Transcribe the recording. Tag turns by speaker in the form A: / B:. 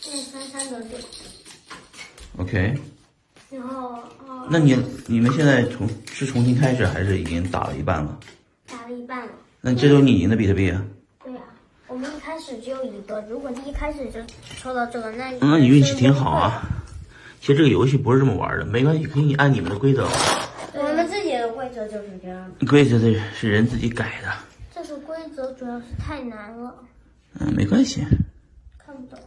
A: 就是三三得六，
B: ？OK，
A: 然后哦，
B: 那你你们现在重是重新开始，还是已经打了一半了？
A: 打了一半了。
B: 那这就是你赢的比特币啊？
A: 对呀、我们一开始只有一个，如果一开始就抽到这个，那
B: 嗯那你运气挺好。啊。其实这个游戏不是这么玩的，没关系，可以按你们的规则玩。
C: 我们自己的规则就是这样。
B: 规则这是人自己改的，
A: 这个规则主要是太难了，
B: 嗯，没关系。
A: 看不懂。